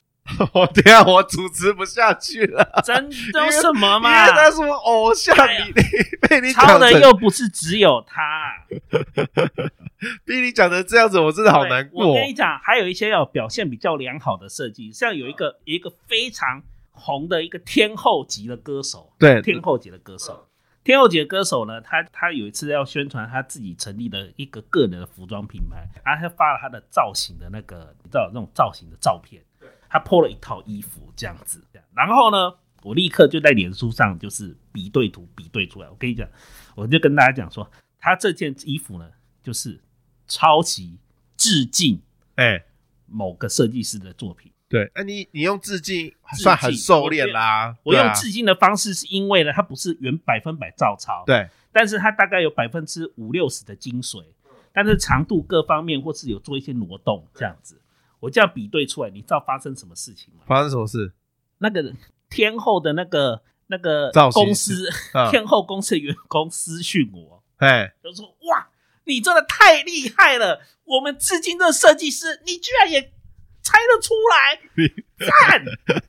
S1: 我哦等一下我主持不下去了，
S2: 真的有什么
S1: 因
S2: 嘛？
S1: 为他是我偶像，
S2: 哎呀
S1: 你你被你
S2: 抄
S1: 讲
S2: 的
S1: 成
S2: 又不是只有她，
S1: 被你讲成这样子，我真的好难
S2: 对
S1: 过
S2: 我。跟你讲，还有一些要表现比较良好的设计，像有一个有一个非常红的一个天后级的歌手，
S1: 对，
S2: 天后级的歌手。天后级的歌手呢，他他有一次要宣传他自己成立的一个个人的服装品牌，然后他发了他的造型的那个，你知道那种造型的照片，他 p 了一套衣服这样子，这样然后呢，我立刻就在脸书上就是比对图比对出来。我跟你讲，我就跟大家讲说，他这件衣服呢，就是抄袭致敬
S1: 哎，
S2: 某个设计师的作品。
S1: 对，那你你用致敬
S2: 敬
S1: 算很收敛啦。
S2: 我
S1: 对
S2: 用
S1: 啊
S2: 致敬的方式，是因为呢，它不是原百分百照抄，
S1: 对
S2: 但是它大概有百分之五六十的精髓，但是长度各方面或是有做一些挪动这样子。我这样比对出来，你知道发生什么事情吗？
S1: 发生什么事？
S2: 那个天后的那个那个
S1: 造型
S2: 公司、
S1: 嗯
S2: 天后公司的员工私讯我，
S1: 哎，
S2: 就说：“哇，你真的太厉害了！我们致敬这个设计师，你居然也猜得出来， 赞！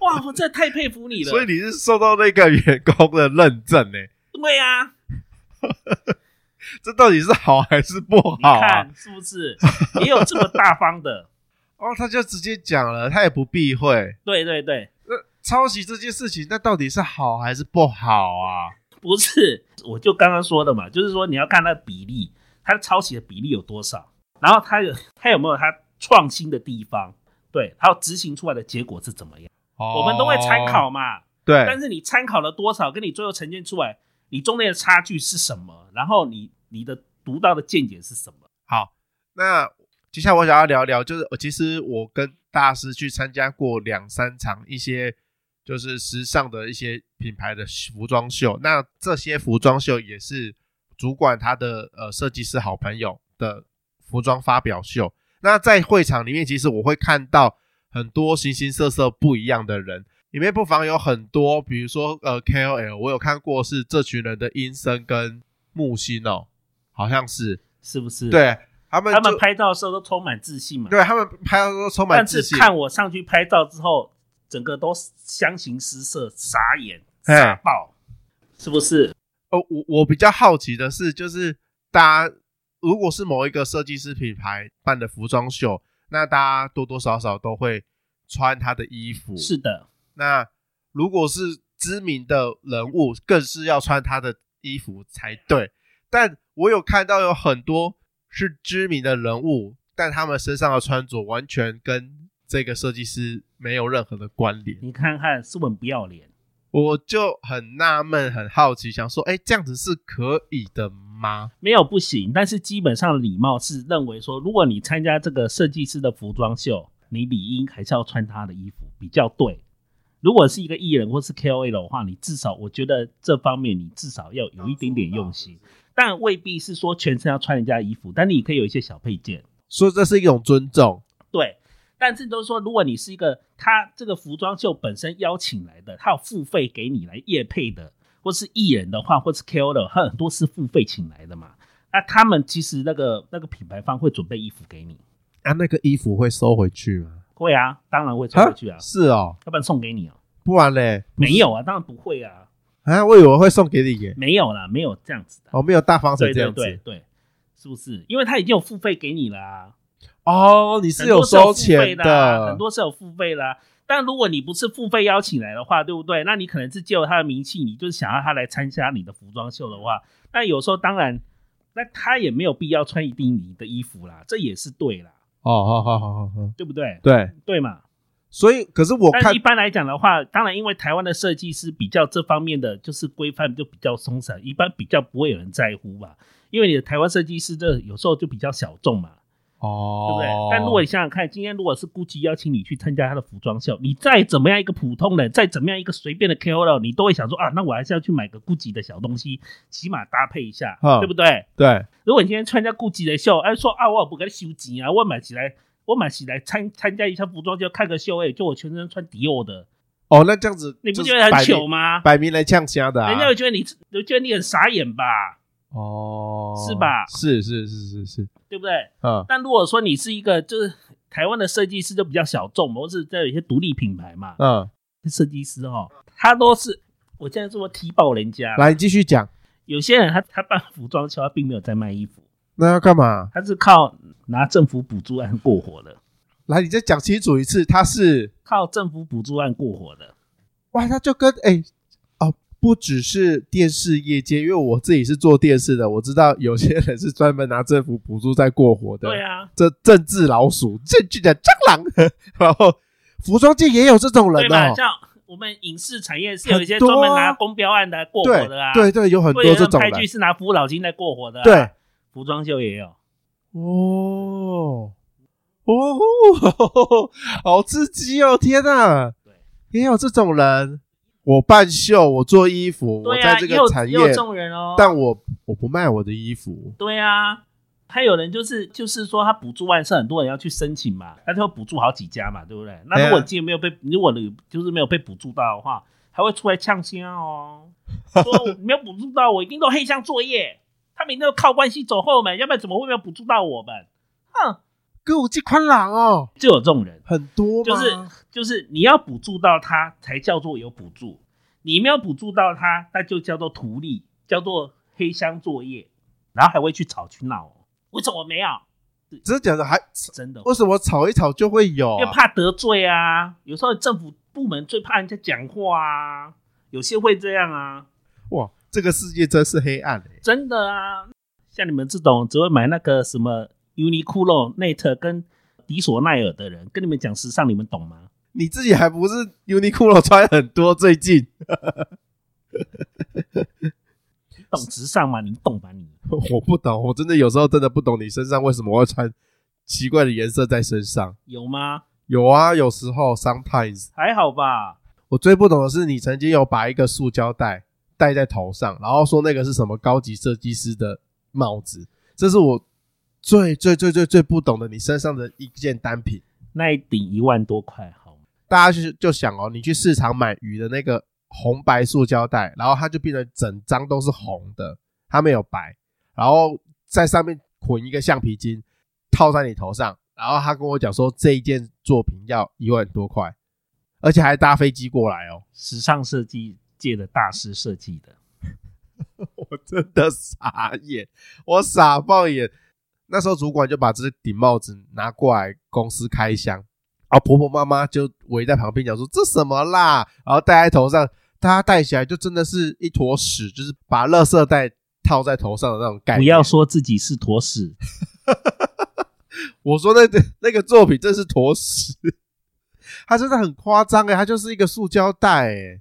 S2: 哇，我真的太佩服你了。”
S1: 所以你是受到那个员工的认证呢？
S2: 对呀、啊，
S1: 这到底是好还是不
S2: 你
S1: 好啊？
S2: 看是不是也有这么大方的？
S1: 哦，他就直接讲了，他也不避讳。
S2: 对对对，
S1: 那抄袭这件事情，那到底是好还是不好啊？
S2: 不是，我就刚刚说的嘛，就是说你要看它的比例，它的抄袭的比例有多少，然后它有它有没有它创新的地方，对，还有执行出来的结果是怎么样，
S1: 哦
S2: 我们都会参考。嘛。但
S1: 对，
S2: 是你参考了多少，跟你最后呈现出来，你中间的差距是什么，然后你你的独到的见解是什么？
S1: 好，那接下来我想要聊聊，就是哦我其实我跟大师去参加过两三场一些就是时尚的一些品牌的服装秀，那这些服装秀也是主管他的呃设计师好朋友的服装发表秀。那在会场里面，其实我会看到很多形形色色不一样的人，里面不妨有很多，比如说呃 KOL，我有看过是这群人的音声跟木星哦，好像是
S2: 是不是？，
S1: 对他们
S2: 他
S1: 就
S2: 们拍照的时候都充满自信嘛。
S1: 对他们拍照都充满
S2: 但
S1: 自
S2: 是
S1: 信，
S2: 看我上去拍照之后，整个都相形失色，傻眼
S1: 嘿
S2: 傻爆，是不是？
S1: 呃，我我比较好奇的是，就是大家如果是某一个设计师品牌办的服装秀，那大家多多少少都会穿他的衣服。
S2: 是的，
S1: 那如果是知名的人物，更是要穿他的衣服才对。但我有看到有很多是知名的人物，但他们身上的穿着完全跟这个设计师没有任何的关联。
S2: 你看看是不是很不要脸？
S1: 我就很纳闷、很好奇，想说，哎，这样子是可以的吗？
S2: 没有不行，但是基本上礼貌是认为说，如果你参加这个设计师的服装秀，你理应还是要穿他的衣服比较对。如果是一个艺人或是 KOL 的话，你至少我觉得这方面你至少要有一点点用心，但未必是说全身要穿人家衣服，但你可以有一些小配件。
S1: 所以这是一种尊重，
S2: 对，但是都是说，如果你是一个他这个服装秀本身邀请来的，他有付费给你来业配的，或是艺人的话，或是 KOL，的他很多是付费请来的嘛。那他们其实那个那个品牌方会准备衣服给你，
S1: 啊，那个衣服会收回去吗？
S2: 会啊，当然会穿回去啊，
S1: 是哦，
S2: 要不然送给你啊？
S1: 不然嘞，
S2: 没有啊，当然不会啊，
S1: 啊，我以为会送给你耶，
S2: 没有啦，没有这样子的，
S1: 哦，没有大方成
S2: 对
S1: 这
S2: 对
S1: 样子。
S2: 对对，是不是？因为他已经有付费给你啦、啊。
S1: 哦，你是
S2: 很多
S1: 收
S2: 是有付费
S1: 钱
S2: 的啊，很多是有付费的啊、但如果你不是付费邀请来的话，对不对？那你可能是借由他的名气，你就是想要他来参加你的服装秀的话，那有时候当然，那他也没有必要穿一定你的衣服啦，这也是对啦，
S1: 哦，好好好好好，
S2: 对不对？
S1: 对，
S2: 对嘛？
S1: 所以可是我
S2: 但
S1: 看
S2: 一般来讲的话，当然因为台湾的设计师比较这方面的就是规范就比较松散，一般比较不会有人在乎吧，因为你的台湾设计师这有时候就比较小众嘛。
S1: 哦，
S2: 对不对？但如果你想想看，今天如果是 GUCCI 邀请你去参加他的服装秀，你再怎么样一个普通人，再怎么样一个随便的 KOL，你都会想说啊，那我还是要去买个 GUCCI 的小东西，起码搭配一下，
S1: 嗯
S2: 对不对？
S1: 对
S2: 如果你今天参加 GUCCI 的秀，哎、说啊，我不给他修剪啊，我买起来，我买起来参参加一下服装秀，看个秀，哎，就我全身穿迪奥的，
S1: 哦，那这样子
S2: 你不
S1: 就是
S2: 觉得很
S1: 摆明
S2: 糗吗？
S1: 摆明来呛虾的、啊，
S2: 人家会觉得你，就觉得你很傻眼吧，
S1: 哦，
S2: 是吧
S1: 是是是是是，
S2: 对不对？
S1: 嗯
S2: 但如果说你是一个就是台湾的设计师就比较小众嘛，或是在有一些独立品牌嘛，
S1: 嗯，
S2: 设计师哦，他都是我现在这么踢爆人家，
S1: 来你继续讲，
S2: 有些人他他办服装秀，他并没有在卖衣服，
S1: 那要干嘛？
S2: 他是靠拿政府补助案过活的，
S1: 来，你再讲清楚一次，他是
S2: 靠政府补助案过活的。
S1: 哇，他就跟哎、哦，不只是电视业界，因为我自己是做电视的，我知道有些人是专门拿政府补助在过活的，
S2: 对啊，
S1: 这政治老鼠，政治的蟑螂， 然后服装界也有这种
S2: 对
S1: 人
S2: 吧？
S1: 哦，
S2: 像我们影视产业是有一些
S1: 很多
S2: 专
S1: 啊
S2: 门拿公标案来过活
S1: 对
S2: 的啊，
S1: 对对，有很多
S2: 会有
S1: 这
S2: 人
S1: 种
S2: 拍
S1: 人，
S2: 剧是拿辅导金在过活的、啊，
S1: 对，，
S2: 服装秀也有。
S1: 哦，哦，好刺激哦！天哪
S2: 对，
S1: 也有这种人。我办秀，我做衣服，我
S2: 对
S1: 在
S2: 啊，
S1: 这
S2: 也
S1: 个
S2: 有
S1: 产
S2: 也
S1: 业，
S2: 有这种人哦。
S1: 但我我不卖我的衣服。
S2: 对啊，还有人就是就是说他补助万是很多人要去申请嘛，他就会补助好几家嘛，对不对？那如果
S1: 对啊
S2: 今天没有被，如果你就是没有被补助到的话，还会出来呛虾哦，说我没有补助到我，一定都黑箱作业，他们一定都靠关系走后门，要不然怎么会没有补助到我们？哼，
S1: 跟我这款狼哦，
S2: 就有这种人，
S1: 很多吗
S2: 就是就是你要补助到他才叫做有补助，你没有补助到他，那就叫做图利，叫做黑箱作业，然后还会去吵去闹、哦，为什么没有？
S1: 只是讲的还
S2: 真的，
S1: 为什么吵一吵就会有、
S2: 因为
S1: 啊？
S2: 怕得罪啊。有时候政府部门最怕人家讲话啊，有些会这样啊，
S1: 哇，这个世界真是黑暗、欸、
S2: 真的啊。像你们这种只会买那个什么 Uniqlo、Net 跟迪索奈尔的人，跟你们讲时尚，你们懂吗？
S1: 你自己还不是 Uniqlo 穿很多最近？
S2: 懂时尚吗？你懂吧你？
S1: 我不懂，我真的有时候真的不懂你身上为什么会穿奇怪的颜色在身上。
S2: 有吗？
S1: 有啊，有时候 sometimes
S2: 还好吧。
S1: 我最不懂的是，你曾经有把一个塑胶袋戴在头上，然后说那个是什么高级设计师的帽子，这是我最最最最最不懂的你身上的一件单品。
S2: 那一顶一万多块，好吗？
S1: 大家就就想哦，你去市场买鱼的那个红白塑胶袋，然后它就变成整张都是红的，它没有白，然后在上面捆一个橡皮筋套在你头上，然后他跟我讲说这一件作品要一万多块，而且还搭飞机过来哦，
S2: 时尚设计界的大师设计的，
S1: 我真的傻眼，我傻爆眼。那时候主管就把这顶帽子拿过来公司开箱，啊，婆婆妈妈就围在旁边讲说这什么啦，然后戴在头上，大家戴起来就真的是一坨屎，就是把垃圾袋套在头上的那种概念。
S2: 不要，说自己是坨屎，
S1: 我说那个那个作品真是坨屎，它真的很夸张哎，它就是一个塑胶袋哎、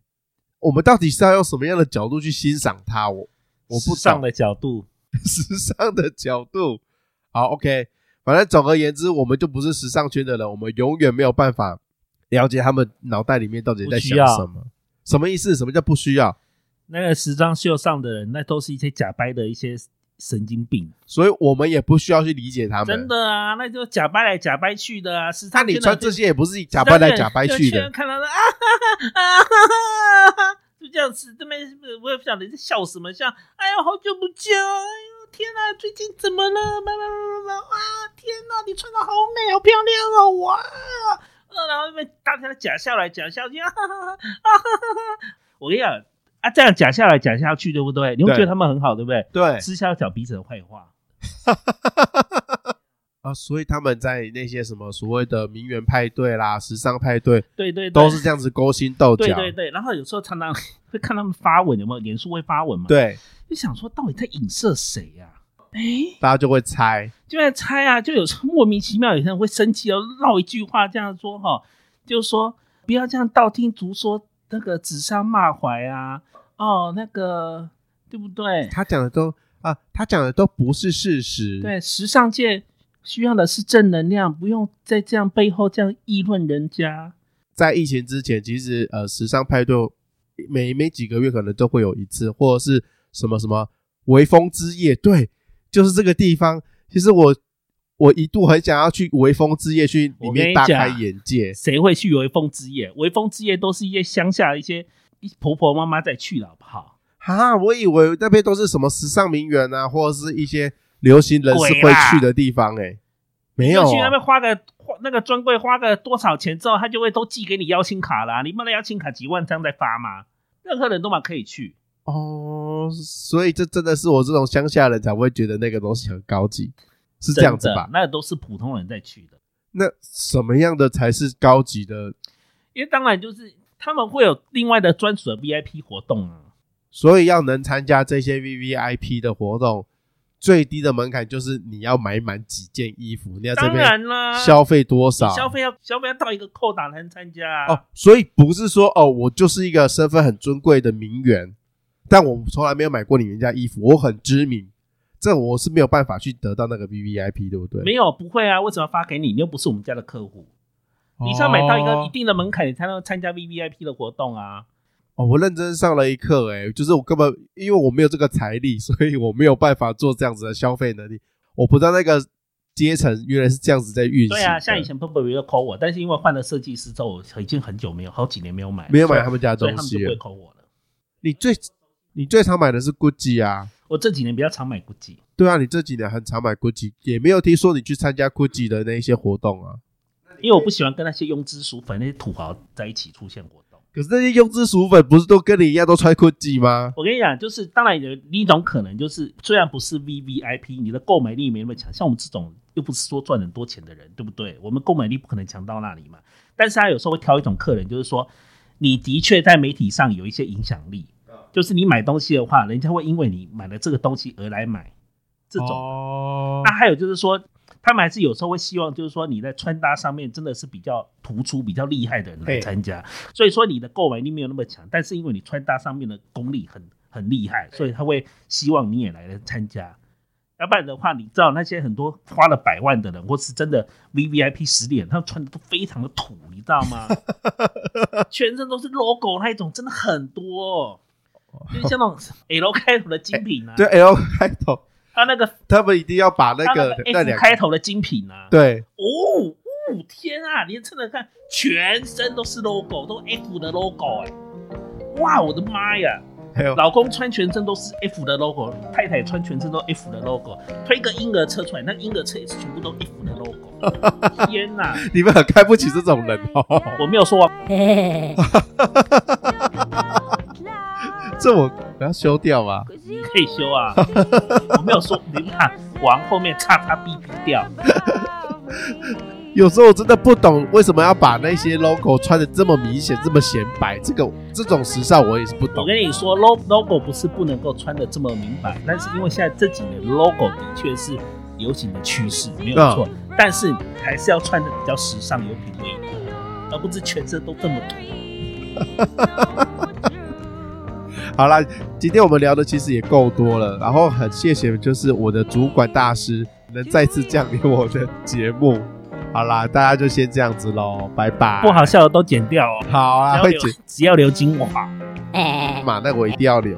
S1: 我们到底是要用什么样的角度去欣赏它？我我不
S2: 时尚
S1: 懂
S2: 的角度，
S1: 时尚的角度。好，OK，反正总而言之，我们就不是时尚圈的人，我们永远没有办法了解他们脑袋里面到底在想什么。什么意思？什么叫不需要？
S2: 那个时装秀上的人，那都是一些假掰的一些神经病。
S1: 所以我们也不需要去理解他们。
S2: 真，的啊，那就假掰来假掰去的啊。时
S1: 那
S2: 尚
S1: 你
S2: 圈的
S1: 穿
S2: 人
S1: 这
S2: 就
S1: 些也不是假扮来假扮去
S2: 时尚圈人
S1: 的，
S2: 看到了啊哈哈啊哈哈啊哈，就这样子，这边我也不晓得你在笑什么，像哎呀好久不见哦，哎呦天哪、最近怎么了？妈妈妈妈妈啊，天哪、你穿的好美，好漂亮哦，哇！呃，然后被大家假笑来假笑去，啊哈哈啊哈哈！我跟你讲啊，这样假笑来假笑去，对不对？你会
S1: 对
S2: 觉得他们很好，对不对？
S1: 对
S2: 私下要讲彼此的坏话。
S1: 啊，所以他们在那些什么所谓的名媛派对啦、时尚派对，
S2: 对对对，
S1: 都是这样子勾心斗角。
S2: 对对对，然后有时候常 常会看他们发文，有没有？脸书会发文嘛？，
S1: 对
S2: 就想说到底在影射谁呀、哎，
S1: 大家就会猜。
S2: 就在猜啊，就有时候莫名其妙，有些人会生气哦，唠一句话这样说哈，就说不要这样道听途说，那个指桑骂槐啊，哦，那个对不对？
S1: 他讲的都啊，他讲的都不是事实。
S2: 对，时尚界需要的是正能量，不用再这样背后这样议论人家。
S1: 在疫情之前，其实呃，时尚派对每每几个月可能都会有一次，或者是什么什么微风之夜，对，就是这个地方。其实我我一度很想要去微风之夜去里
S2: 我跟
S1: 面
S2: 你
S1: 大
S2: 讲
S1: 开眼界，
S2: 谁会去微风之夜？微风之夜都是一些乡下的一些一婆婆妈妈在去的，好不好？
S1: 哈，我以为那边都是什么时尚名媛啊，或者是一些流行人士会去的地方、欸，没有、
S2: 就去那
S1: 哦，
S2: 边花个花那个专柜花个多少钱之后，他就会都寄给你邀请卡啦。你妈的邀请卡几万张在发嘛，任何人都嘛可以去。
S1: 哦，所以这真的是我这种乡下人才会觉得那个东西很高级，是这样子
S2: 真的
S1: 吧？
S2: 那都是普通人在去的，
S1: 那什么样的才是高级的？
S2: 因为当然就是他们会有另外的专属的 VIP 活动啊。
S1: 所以要能参加这些 V V I P 的活动，最低的门槛就是你要买满几件衣服，你要这
S2: 当
S1: 边
S2: 然啦，
S1: 消费多少？
S2: 消费要消费要到一个扣打才能参加啊、
S1: 哦，所以不是说哦，我就是一个身份很尊贵的名媛，但我从来没有买过你们家衣服，我很知名，这我是没有办法去得到那个 V V I P，对不对？
S2: 没有不会啊，为什么要发给你？你又不是我们家的客户，你是要买到一个一定的门槛，你才能参加 V V I P 的活动啊。
S1: 哦，我认真上了一课，哎，就是我根本因为我没有这个财力， 所以我没有办法做这样子的消费能力，我不知道那个阶层原来是这样子在运行的。
S2: 对啊，像以前 Burberry 就扣我，但是因为换了设计师之后，我已经很久没有，好几年没有买，
S1: 没有买他们家的
S2: 所以
S1: 东
S2: 他们
S1: 西
S2: 就不会
S1: 了，
S2: 扣我了。
S1: 你最你最常买的是 GUCCI 啊。
S2: 我这几年比较常买 GUCCI，
S1: 对啊，你这几年很常买 GUCCI，也没有听说你去参加 GUCCI 的那一些活动啊。
S2: 因为我不喜欢跟那些庸脂俗粉、那些土豪在一起出现活动。
S1: 可是那些庸脂俗粉不是都跟你一样都穿 Gucci 吗？
S2: 我跟你讲，就是当然有一种可能，就是虽然不是 V V I P，你的购买力没那么强，像我们这种又不是说赚很多钱的人，对不对？我们购买力不可能强到那里嘛。但是他有时候会挑一种客人，就是说你的确在媒体上有一些影响力，就是你买东西的话，人家会因为你买了这个东西而来买这种。
S1: 哦
S2: 那还有就是说，他们还是有时候会希望，就是说你在穿搭上面真的是比较突出、比较厉害的人来
S1: 对
S2: 参加，所以说你的购买力没有那么强，但是因为你穿搭上面的功力很很厉害，所以他会希望你也来参加。要不然的话，你知道那些很多花了百万的人，或是真的 V V I P 十点，他们穿的都非常的土，你知道 吗？全身都是 logo 那一种，真的很多、哦，就是像那种 L 开头的精品啊，
S1: 对 L 开头，
S2: 他那个
S1: 他们一定要把那
S2: 他
S1: 个
S2: 那
S1: 那
S2: 个
S1: 两
S2: F 开头的精品啊，
S1: 对
S2: 哦，哦，天啊！你趁着看，全身都是 logo，都 F 的 logo 哎、哇，我的妈呀！
S1: 还有
S2: 老公穿全身都是 F 的 logo，太太穿全身都 F 的 logo，推个婴儿车出来，那婴儿车也是全部都 F 的 logo。天哪、
S1: 你们很看不起这种人哦，
S2: 我没有说啊，
S3: 嘿嘿
S1: 这我我要修掉吗？
S3: 你
S2: 可以修啊，我没有说， 你看往后面叉叉 B B 掉，
S1: 有时候我真的不懂为什么要把那些 logo 穿的这么明显、这么显摆，这个这种时尚我也是不
S2: 我
S1: 懂。
S2: 跟你说，lo logo 不是不能够穿的这么明白，但是因为现在这几年 logo 的确是流行的趋势，没有错。
S1: 嗯
S2: 但是还是要穿的比较时尚、有品味一点，而不是全身都这么土。
S1: 好啦，今天我们聊的其实也够多了，然后很谢谢就是我的主管大师能再次降临我的节目。好啦，大家就先这样子喽，拜拜。
S2: 不好笑的都剪掉哦，
S1: 好
S2: 只
S1: 啊，
S2: 要
S1: 会
S2: 留
S1: 剪
S2: 只要留精华。
S1: Eh.
S3: 哎
S1: 嘛，那我一定要留。